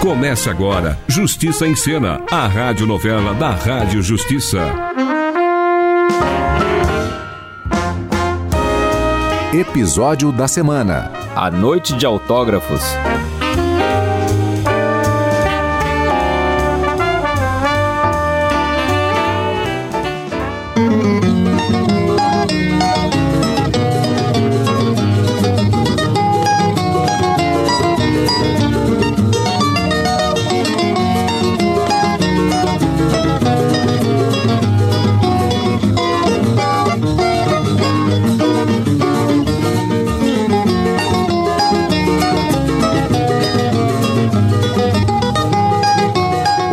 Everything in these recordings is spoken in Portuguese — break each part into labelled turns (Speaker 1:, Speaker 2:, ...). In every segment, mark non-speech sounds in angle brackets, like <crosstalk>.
Speaker 1: Começa agora Justiça em Cena, a radionovela da Rádio Justiça.
Speaker 2: Episódio da semana.
Speaker 3: A noite de autógrafos.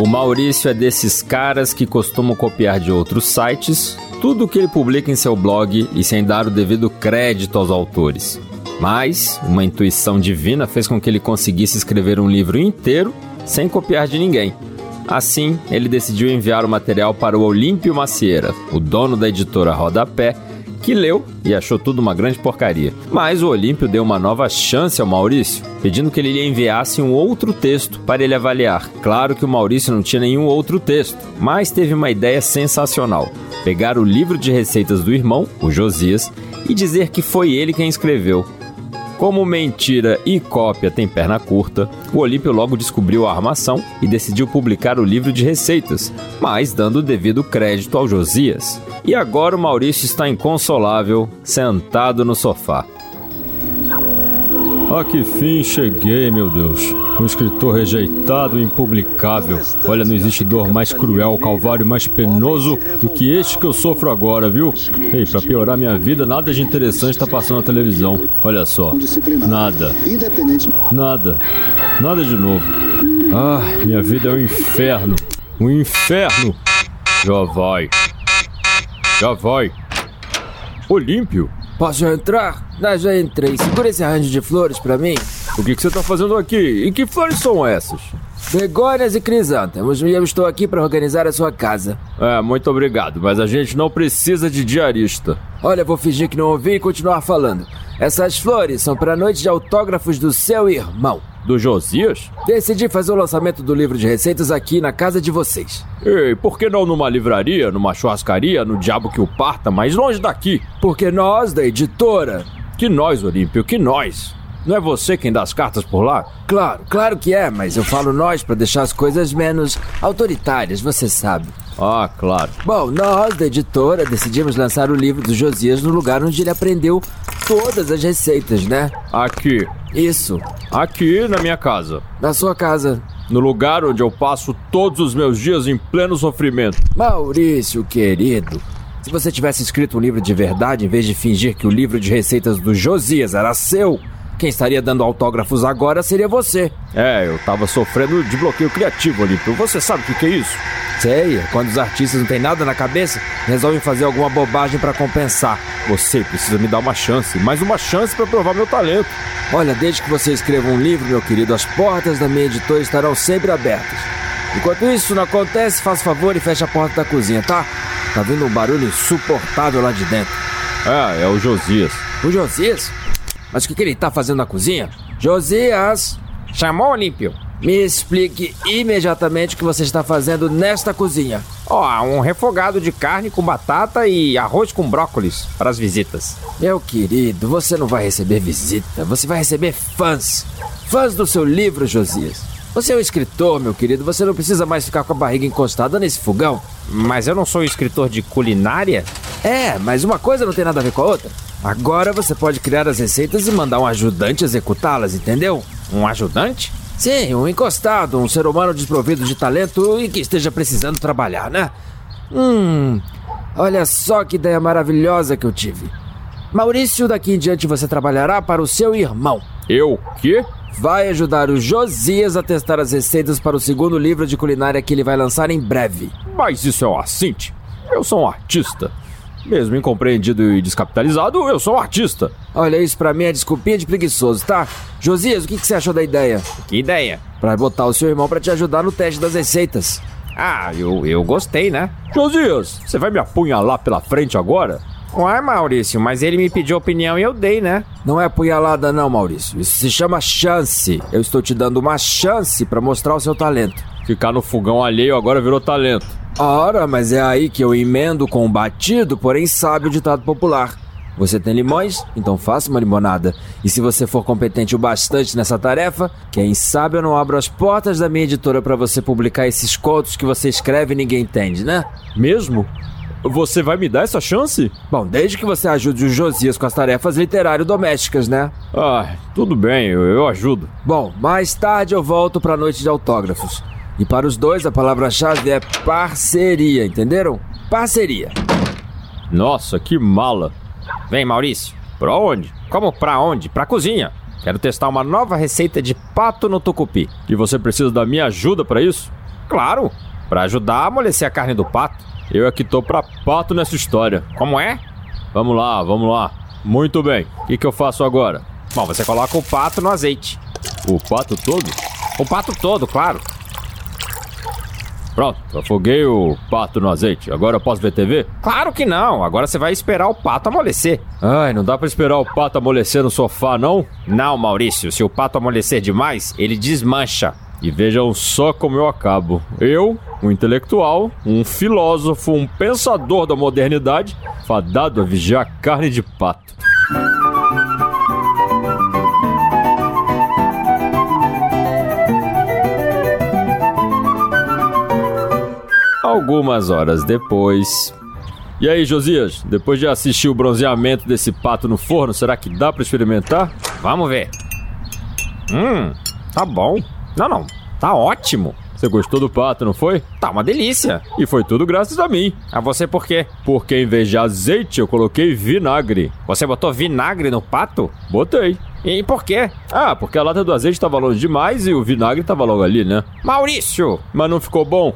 Speaker 3: O Maurício é desses caras que costumam copiar de outros sites tudo o que ele publica em seu blog e sem dar o devido crédito aos autores. Mas uma intuição divina fez com que ele conseguisse escrever um livro inteiro sem copiar de ninguém. Assim, ele decidiu enviar o material para o Olímpio Macieira, o dono da editora Rodapé, que leu e achou tudo uma grande porcaria. Mas o Olímpio deu uma nova chance ao Maurício, pedindo que ele lhe enviasse um outro texto para ele avaliar. Claro que o Maurício não tinha nenhum outro texto, mas teve uma ideia sensacional: pegar o livro de receitas do irmão, o Josias, e dizer que foi ele quem escreveu. Como mentira e cópia tem perna curta, o Olímpio logo descobriu a armação e decidiu publicar o livro de receitas, mas dando o devido crédito ao Josias. E agora o Maurício está inconsolável, sentado no sofá.
Speaker 4: A Ah, que fim cheguei, meu Deus. Um escritor rejeitado e impublicável. Olha, não existe dor mais cruel, calvário mais penoso do que este que eu sofro agora, viu? Ei, pra piorar minha vida, nada de interessante tá passando na televisão. Olha só. Nada. Nada. Nada de novo. Ah, minha vida é um inferno. Um inferno. Já vai. Já vai. Olímpio,
Speaker 5: Posso entrar? Ah, já entrei. Segura esse arranjo de flores pra mim.
Speaker 4: o que, que você tá fazendo aqui? E que flores são essas?
Speaker 5: Begônias e crisântamos. E eu estou aqui pra organizar a sua casa.
Speaker 4: É, muito obrigado, mas a gente não precisa de diarista.
Speaker 5: Olha, vou fingir que não ouvi e continuar falando. Essas flores são pra noite de autógrafos do seu irmão.
Speaker 4: Do Josias?
Speaker 5: Decidi fazer o lançamento do livro de receitas aqui na casa de vocês.
Speaker 4: Ei, por que não numa livraria, numa churrascaria, no diabo que o parta, mas longe daqui?
Speaker 5: Porque nós, da editora.
Speaker 4: Que nós, Olímpio, que nós. Não é você quem dá as cartas por lá?
Speaker 5: Claro, claro que é, mas eu falo nós pra deixar as coisas menos autoritárias, você sabe.
Speaker 4: Ah, claro.
Speaker 5: Bom, nós da editora decidimos lançar o livro do Josias no lugar onde ele aprendeu todas as receitas, né?
Speaker 4: Aqui.
Speaker 5: Isso,
Speaker 4: Aqui na minha casa.
Speaker 5: na sua casa.
Speaker 4: No lugar onde eu passo todos os meus dias em pleno sofrimento.
Speaker 5: Maurício, querido, se você tivesse escrito um livro de verdade em vez de fingir que o livro de receitas do Josias era seu, quem estaria dando autógrafos agora seria você.
Speaker 4: É, eu tava sofrendo de bloqueio criativo, Olímpio. Você sabe o que, que é isso?
Speaker 5: Sei, é quando os artistas não têm nada na cabeça, resolvem fazer alguma bobagem pra compensar.
Speaker 4: Você precisa me dar uma chance, mais uma chance pra provar meu talento.
Speaker 5: Olha, desde que você escreva um livro, meu querido, as portas da minha editora estarão sempre abertas. Enquanto isso não acontece, faz favor e fecha a porta da cozinha, tá? Tá vindo um barulho insuportável lá de dentro.
Speaker 4: É, é o Josias.
Speaker 5: O Josias? Mas o que, que ele tá fazendo na cozinha? Josias!
Speaker 3: Chamou, Olímpio?
Speaker 5: Me explique imediatamente o que você está fazendo nesta cozinha.
Speaker 3: Ó, um refogado de carne com batata e arroz com brócolis para as visitas.
Speaker 5: Meu querido, você não vai receber visita, você vai receber fãs. Fãs do seu livro, Josias. Você é um escritor, meu querido, você não precisa mais ficar com a barriga encostada nesse fogão.
Speaker 3: Mas eu não sou escritor de culinária?
Speaker 5: É, mas uma coisa não tem nada a ver com a outra. Agora você pode criar as receitas e mandar um ajudante executá-las, entendeu?
Speaker 3: Um ajudante?
Speaker 5: Sim, um encostado, um ser humano desprovido de talento e que esteja precisando trabalhar, né? Hum, olha só que ideia maravilhosa que eu tive. Maurício, daqui em diante você trabalhará para o seu irmão.
Speaker 4: Eu quê?
Speaker 5: vai ajudar o Josias a testar as receitas para o segundo livro de culinária que ele vai lançar em breve.
Speaker 4: Mas isso é um assinte. Eu sou um artista. Mesmo incompreendido e descapitalizado, eu sou um artista.
Speaker 5: Olha, isso pra mim é desculpinha de preguiçoso, tá? Josias, o que, que você achou da ideia?
Speaker 3: Que ideia?
Speaker 5: Pra botar o seu irmão pra te ajudar no teste das receitas.
Speaker 3: Ah, eu, eu gostei, né?
Speaker 4: Josias, você vai me apunhalar pela frente agora?
Speaker 3: Uai, Maurício, mas ele me pediu opinião e eu dei, né?
Speaker 5: Não é apunhalada não, Maurício. Isso se chama chance. Eu estou te dando uma chance pra mostrar o seu talento.
Speaker 4: Ficar no fogão alheio agora virou talento.
Speaker 5: Ora, mas é aí que eu emendo com um batido, porém sábio ditado popular. Você tem limões? Então faça uma limonada. E se você for competente o bastante nessa tarefa, quem sabe eu não abro as portas da minha editora para você publicar esses contos que você escreve e ninguém entende, né?
Speaker 4: Mesmo? Você vai me dar essa chance?
Speaker 5: Bom, desde que você ajude o Josias com as tarefas literário-domésticas, né?
Speaker 4: Ah, tudo bem, eu, eu ajudo.
Speaker 5: Bom, mais tarde eu volto para a noite de autógrafos. E para os dois a palavra-chave é parceria, entenderam? Parceria.
Speaker 4: Nossa, que mala.
Speaker 3: Vem, Maurício. Pra onde? Como pra onde? Pra cozinha. Quero testar uma nova receita de pato no tucupi.
Speaker 4: E você precisa da minha ajuda pra isso?
Speaker 3: Claro, pra ajudar a amolecer a carne do pato.
Speaker 4: Eu é que tô pra pato nessa história.
Speaker 3: Como é?
Speaker 4: Vamos lá, vamos lá. Muito bem. O que, que eu faço agora?
Speaker 3: Bom, você coloca o pato no azeite.
Speaker 4: O pato todo?
Speaker 3: O pato todo, claro.
Speaker 4: Pronto, afoguei o pato no azeite. Agora eu posso ver TV?
Speaker 3: Claro que não. Agora você vai esperar o pato amolecer.
Speaker 4: Ai, não dá pra esperar o pato amolecer no sofá, não?
Speaker 3: Não, Maurício. Se o pato amolecer demais, ele desmancha.
Speaker 4: E vejam só como eu acabo. Eu, um intelectual, um filósofo, um pensador da modernidade, fadado a vigiar carne de pato. Algumas horas depois. E aí, Josias, depois de assistir o bronzeamento desse pato no forno, será que dá para experimentar?
Speaker 3: Vamos ver. Hum, tá bom. Não, não, tá ótimo.
Speaker 4: Você gostou do pato, não foi?
Speaker 3: Tá uma delícia.
Speaker 4: E foi tudo graças a mim.
Speaker 3: A você por quê?
Speaker 4: Porque em vez de azeite, eu coloquei vinagre.
Speaker 3: Você botou vinagre no pato?
Speaker 4: Botei.
Speaker 3: E por quê?
Speaker 4: Ah, porque a lata do azeite estava longe demais e o vinagre estava logo ali, né?
Speaker 3: Maurício!
Speaker 4: Mas não ficou bom?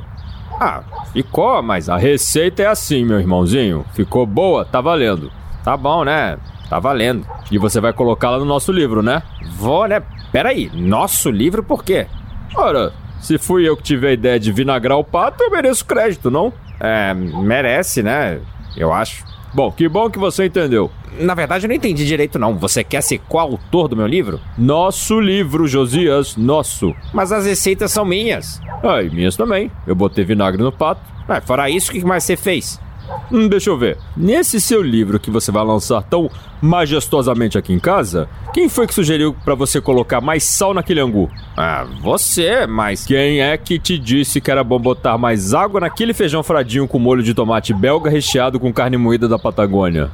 Speaker 3: Ah, ficou, mas
Speaker 4: a receita é assim, meu irmãozinho. Ficou boa, tá valendo.
Speaker 3: Tá bom, né? Tá valendo.
Speaker 4: E você vai colocá-la no nosso livro, né?
Speaker 3: Vou, né? Peraí, nosso livro por quê?
Speaker 4: Ora, se fui eu que tive a ideia de vinagrar o pato, eu mereço crédito, não?
Speaker 3: É, merece, né? Eu acho.
Speaker 4: Bom, que bom que você entendeu.
Speaker 3: Na verdade, eu não entendi direito, não. Você quer ser qual autor do meu livro?
Speaker 4: Nosso livro, Josias, nosso.
Speaker 3: Mas as receitas são minhas.
Speaker 4: Ah, e minhas também. Eu botei vinagre no pato.
Speaker 3: Ah, fora isso, o que mais você fez?
Speaker 4: Hum, deixa eu ver. Nesse seu livro que você vai lançar tão majestosamente aqui em casa, quem foi que sugeriu para você colocar mais sal naquele angu?
Speaker 3: Ah, você, mas.
Speaker 4: Quem é que te disse que era bom botar mais água naquele feijão fradinho com molho de tomate belga recheado com carne moída da Patagônia?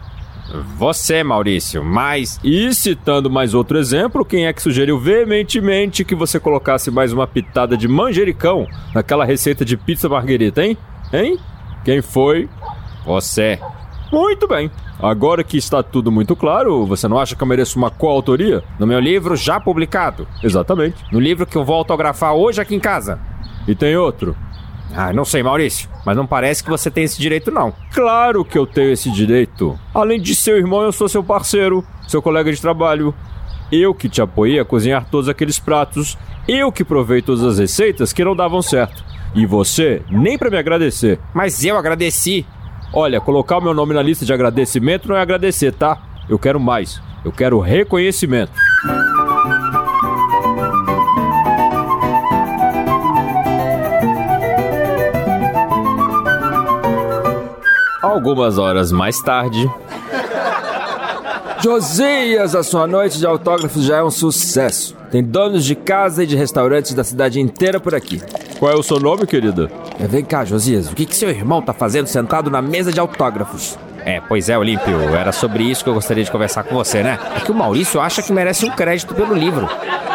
Speaker 3: Você, Maurício, mas.
Speaker 4: E citando mais outro exemplo, quem é que sugeriu veementemente que você colocasse mais uma pitada de manjericão naquela receita de pizza marguerita, hein? Hein? Quem foi?
Speaker 3: Você.
Speaker 4: Muito bem. Agora que está tudo muito claro, você não acha que eu mereço uma coautoria?
Speaker 3: No meu livro já publicado.
Speaker 4: Exatamente.
Speaker 3: No livro que eu vou autografar hoje aqui em casa.
Speaker 4: E tem outro.
Speaker 3: Ah, não sei, Maurício, mas não parece que você tem esse direito, não.
Speaker 4: Claro que eu tenho esse direito. Além de seu irmão, eu sou seu parceiro, seu colega de trabalho. Eu que te apoiei a cozinhar todos aqueles pratos. Eu que provei todas as receitas que não davam certo. E você, nem para me agradecer.
Speaker 3: Mas eu agradeci.
Speaker 4: Olha, colocar o meu nome na lista de agradecimento não é agradecer, tá? Eu quero mais. Eu quero reconhecimento.
Speaker 3: Algumas horas mais tarde.
Speaker 5: Josias, a sua noite de autógrafos já é um sucesso. Tem donos de casa e de restaurantes da cidade inteira por aqui.
Speaker 4: Qual é o seu nome, querida?
Speaker 5: É, vem cá, Josias, o que, que seu irmão tá fazendo sentado na mesa de autógrafos?
Speaker 3: É, pois é, Olímpio, era sobre isso que eu gostaria de conversar com você, né? É que o Maurício acha que merece um crédito pelo livro.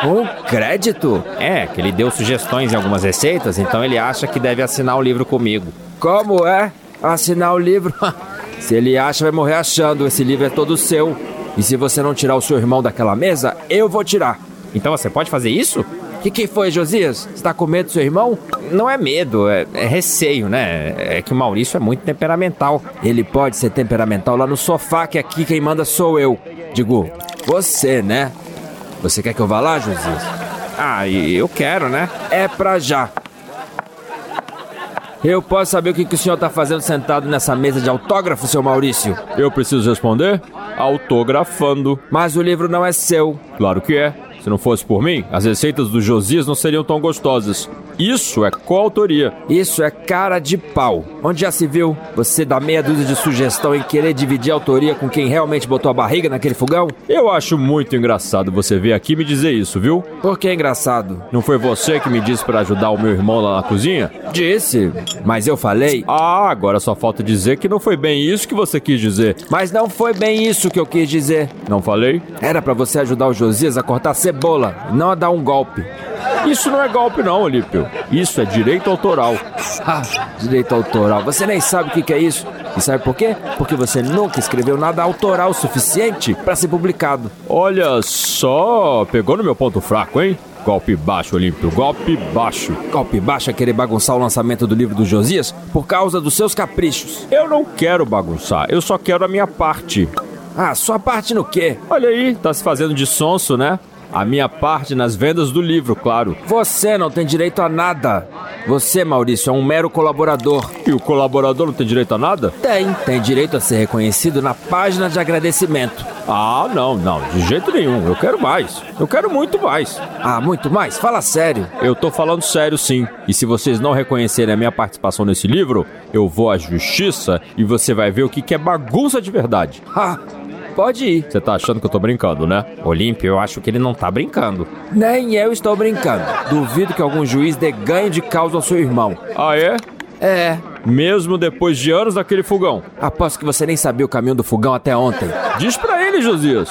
Speaker 5: Um crédito?
Speaker 3: É, que ele deu sugestões em algumas receitas, então ele acha que deve assinar o livro comigo.
Speaker 5: Como é? Assinar o livro? <laughs> Se ele acha, vai morrer achando. Esse livro é todo seu. E se você não tirar o seu irmão daquela mesa, eu vou tirar.
Speaker 6: Então você pode fazer isso?
Speaker 5: Que que foi, Josias? Você tá com medo do seu irmão?
Speaker 6: Não é medo, é, é receio, né? É que o Maurício é muito temperamental.
Speaker 5: Ele pode ser temperamental lá no sofá, que aqui quem manda sou eu. Digo, você, né? Você quer que eu vá lá, Josias?
Speaker 6: Ah, e eu quero, né?
Speaker 5: É pra já. Eu posso saber o que, que o senhor tá fazendo sentado nessa mesa de autógrafo, seu Maurício?
Speaker 4: Eu preciso responder? Autografando.
Speaker 5: Mas o livro não é seu.
Speaker 4: Claro que é. Se não fosse por mim, as receitas do Josias não seriam tão gostosas. Isso é coautoria.
Speaker 5: Isso é cara de pau. Onde já se viu você dá meia dúzia de sugestão em querer dividir a autoria com quem realmente botou a barriga naquele fogão?
Speaker 4: Eu acho muito engraçado você vir aqui me dizer isso, viu?
Speaker 5: Por que é engraçado?
Speaker 4: Não foi você que me disse para ajudar o meu irmão lá na cozinha?
Speaker 5: Disse, mas eu falei.
Speaker 4: Ah, agora só falta dizer que não foi bem isso que você quis dizer.
Speaker 5: Mas não foi bem isso que eu quis dizer.
Speaker 4: Não falei?
Speaker 5: Era para você ajudar o Josias a cortar cebola, não a dar um golpe.
Speaker 4: Isso não é golpe, não, Olímpio. Isso é direito autoral.
Speaker 5: Ah, direito autoral. Você nem sabe o que, que é isso. E sabe por quê? Porque você nunca escreveu nada autoral suficiente para ser publicado.
Speaker 4: Olha só, pegou no meu ponto fraco, hein? Golpe baixo, Olímpio. Golpe baixo.
Speaker 5: Golpe baixo é querer bagunçar o lançamento do livro do Josias por causa dos seus caprichos.
Speaker 4: Eu não quero bagunçar. Eu só quero a minha parte.
Speaker 5: Ah, sua parte no quê?
Speaker 4: Olha aí, tá se fazendo de sonso, né? A minha parte nas vendas do livro, claro.
Speaker 5: Você não tem direito a nada. Você, Maurício, é um mero colaborador.
Speaker 4: E o colaborador não tem direito a nada?
Speaker 5: Tem. Tem direito a ser reconhecido na página de agradecimento.
Speaker 4: Ah, não, não, de jeito nenhum. Eu quero mais. Eu quero muito mais.
Speaker 5: Ah, muito mais? Fala sério.
Speaker 4: Eu tô falando sério, sim. E se vocês não reconhecerem a minha participação nesse livro, eu vou à justiça e você vai ver o que, que é bagunça de verdade.
Speaker 5: Ah, pode ir.
Speaker 4: Você tá achando que eu tô brincando, né?
Speaker 6: Olímpio, eu acho que ele não tá brincando.
Speaker 5: Nem eu estou brincando. Duvido que algum juiz dê ganho de causa ao seu irmão.
Speaker 4: Ah, é?
Speaker 5: É.
Speaker 4: Mesmo depois de anos daquele fogão.
Speaker 5: Aposto que você nem sabia o caminho do fogão até ontem.
Speaker 4: Diz pra ele, Josias.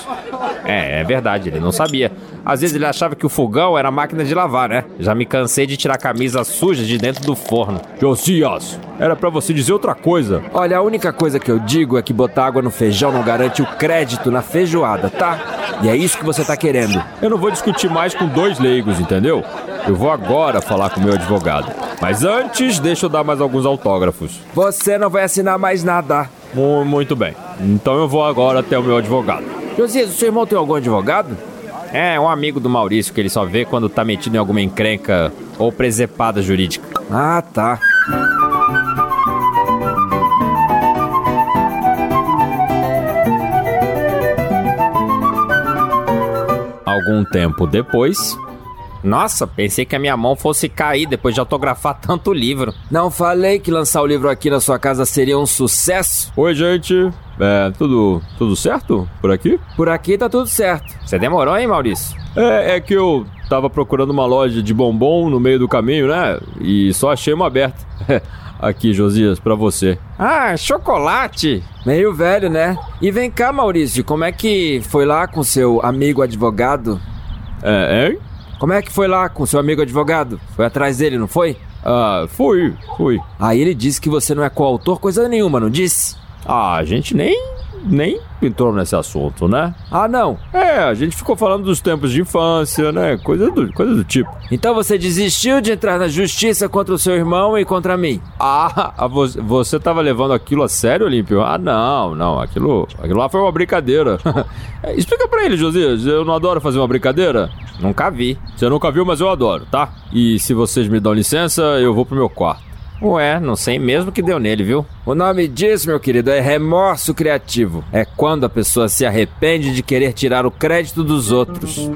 Speaker 6: É, é verdade, ele não sabia. Às vezes ele achava que o fogão era a máquina de lavar, né? Já me cansei de tirar camisa suja de dentro do forno.
Speaker 4: Josias, era para você dizer outra coisa.
Speaker 5: Olha, a única coisa que eu digo é que botar água no feijão não garante o crédito na feijoada, tá? E é isso que você tá querendo.
Speaker 4: Eu não vou discutir mais com dois leigos, entendeu? Eu vou agora falar com meu advogado. Mas antes, deixa eu dar mais alguns autógrafos.
Speaker 5: Você não vai assinar mais nada.
Speaker 4: Mu- Muito bem. Então eu vou agora até o meu advogado.
Speaker 5: Josias, o seu irmão tem algum advogado?
Speaker 6: É, um amigo do Maurício que ele só vê quando tá metido em alguma encrenca ou presepada jurídica.
Speaker 5: Ah, tá.
Speaker 3: Algum tempo depois,
Speaker 6: Nossa, pensei que a minha mão fosse cair depois de autografar <laughs> tanto livro.
Speaker 5: Não falei que lançar o livro aqui na sua casa seria um sucesso?
Speaker 4: Oi, gente. É, tudo, tudo certo por aqui?
Speaker 5: Por aqui tá tudo certo.
Speaker 6: Você demorou, hein, Maurício?
Speaker 4: É, é que eu tava procurando uma loja de bombom no meio do caminho, né? E só achei uma aberta. <laughs> Aqui, Josias, pra você.
Speaker 6: Ah, chocolate!
Speaker 5: Meio velho, né? E vem cá, Maurício, como é que foi lá com seu amigo advogado?
Speaker 4: É, hein?
Speaker 5: Como é que foi lá com seu amigo advogado? Foi atrás dele, não foi?
Speaker 4: Ah, fui, fui.
Speaker 5: Aí ele disse que você não é coautor coisa nenhuma, não disse?
Speaker 4: Ah, a gente nem, nem entrou nesse assunto, né?
Speaker 5: Ah, não.
Speaker 4: É, a gente ficou falando dos tempos de infância, né? Coisa do, coisa do tipo.
Speaker 5: Então você desistiu de entrar na justiça contra o seu irmão e contra mim.
Speaker 4: Ah, a vo- você tava levando aquilo a sério, Olímpio? Ah, não, não. Aquilo, aquilo lá foi uma brincadeira. <laughs> É, Explica pra ele, Josias. Eu não adoro fazer uma brincadeira.
Speaker 6: Nunca vi.
Speaker 4: Você nunca viu, mas eu adoro, tá? E se vocês me dão licença, eu vou pro meu quarto.
Speaker 6: Ué, não sei mesmo que deu nele, viu?
Speaker 5: O nome disso, meu querido, é remorso criativo. É quando a pessoa se arrepende de querer tirar o crédito dos outros.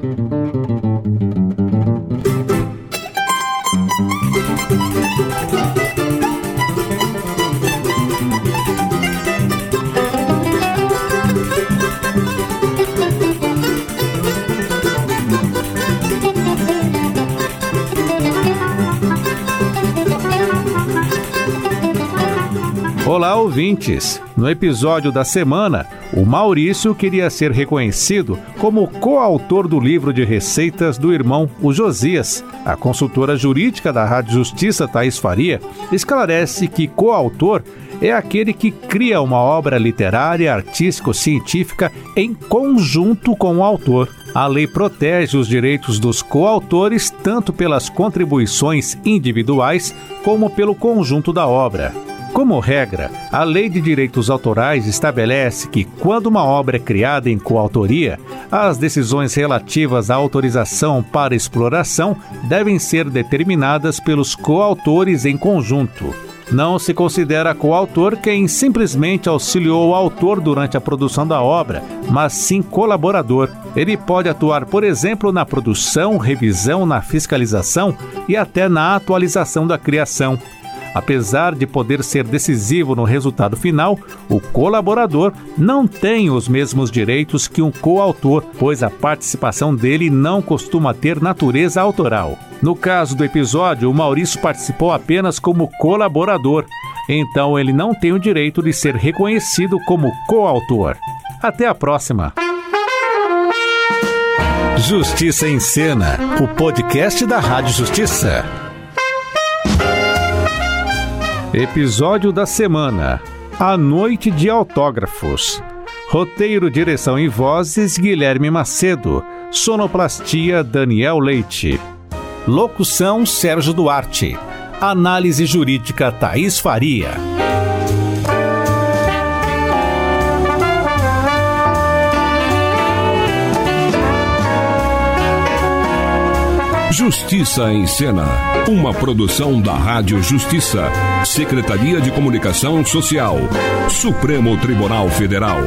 Speaker 7: Olá, ouvintes! No episódio da semana, o Maurício queria ser reconhecido como coautor do livro de receitas do irmão, o Josias. A consultora jurídica da Rádio Justiça, Thaís Faria, esclarece que coautor é aquele que cria uma obra literária, artístico-científica em conjunto com o autor. a lei protege os direitos dos coautores tanto pelas contribuições individuais como pelo conjunto da obra. Como regra, a Lei de Direitos Autorais estabelece que, quando uma obra é criada em coautoria, as decisões relativas à autorização para exploração devem ser determinadas pelos coautores em conjunto. Não se considera coautor quem simplesmente auxiliou o autor durante a produção da obra, mas sim colaborador. Ele pode atuar, por exemplo, na produção, revisão, na fiscalização e até na atualização da criação. Apesar de poder ser decisivo no resultado final, o colaborador não tem os mesmos direitos que um coautor, pois a participação dele não costuma ter natureza autoral. No caso do episódio, o Maurício participou apenas como colaborador, então ele não tem o direito de ser reconhecido como coautor. Até a próxima! Justiça em Cena, o podcast da Rádio Justiça. Episódio da semana: A Noite de Autógrafos. Roteiro, direção e vozes: Guilherme Macedo. Sonoplastia: Daniel Leite. Locução: Sérgio Duarte. Análise jurídica: Thaís Faria.
Speaker 1: Justiça em Cena. Uma produção da Rádio Justiça. Secretaria de Comunicação Social. Supremo Tribunal Federal.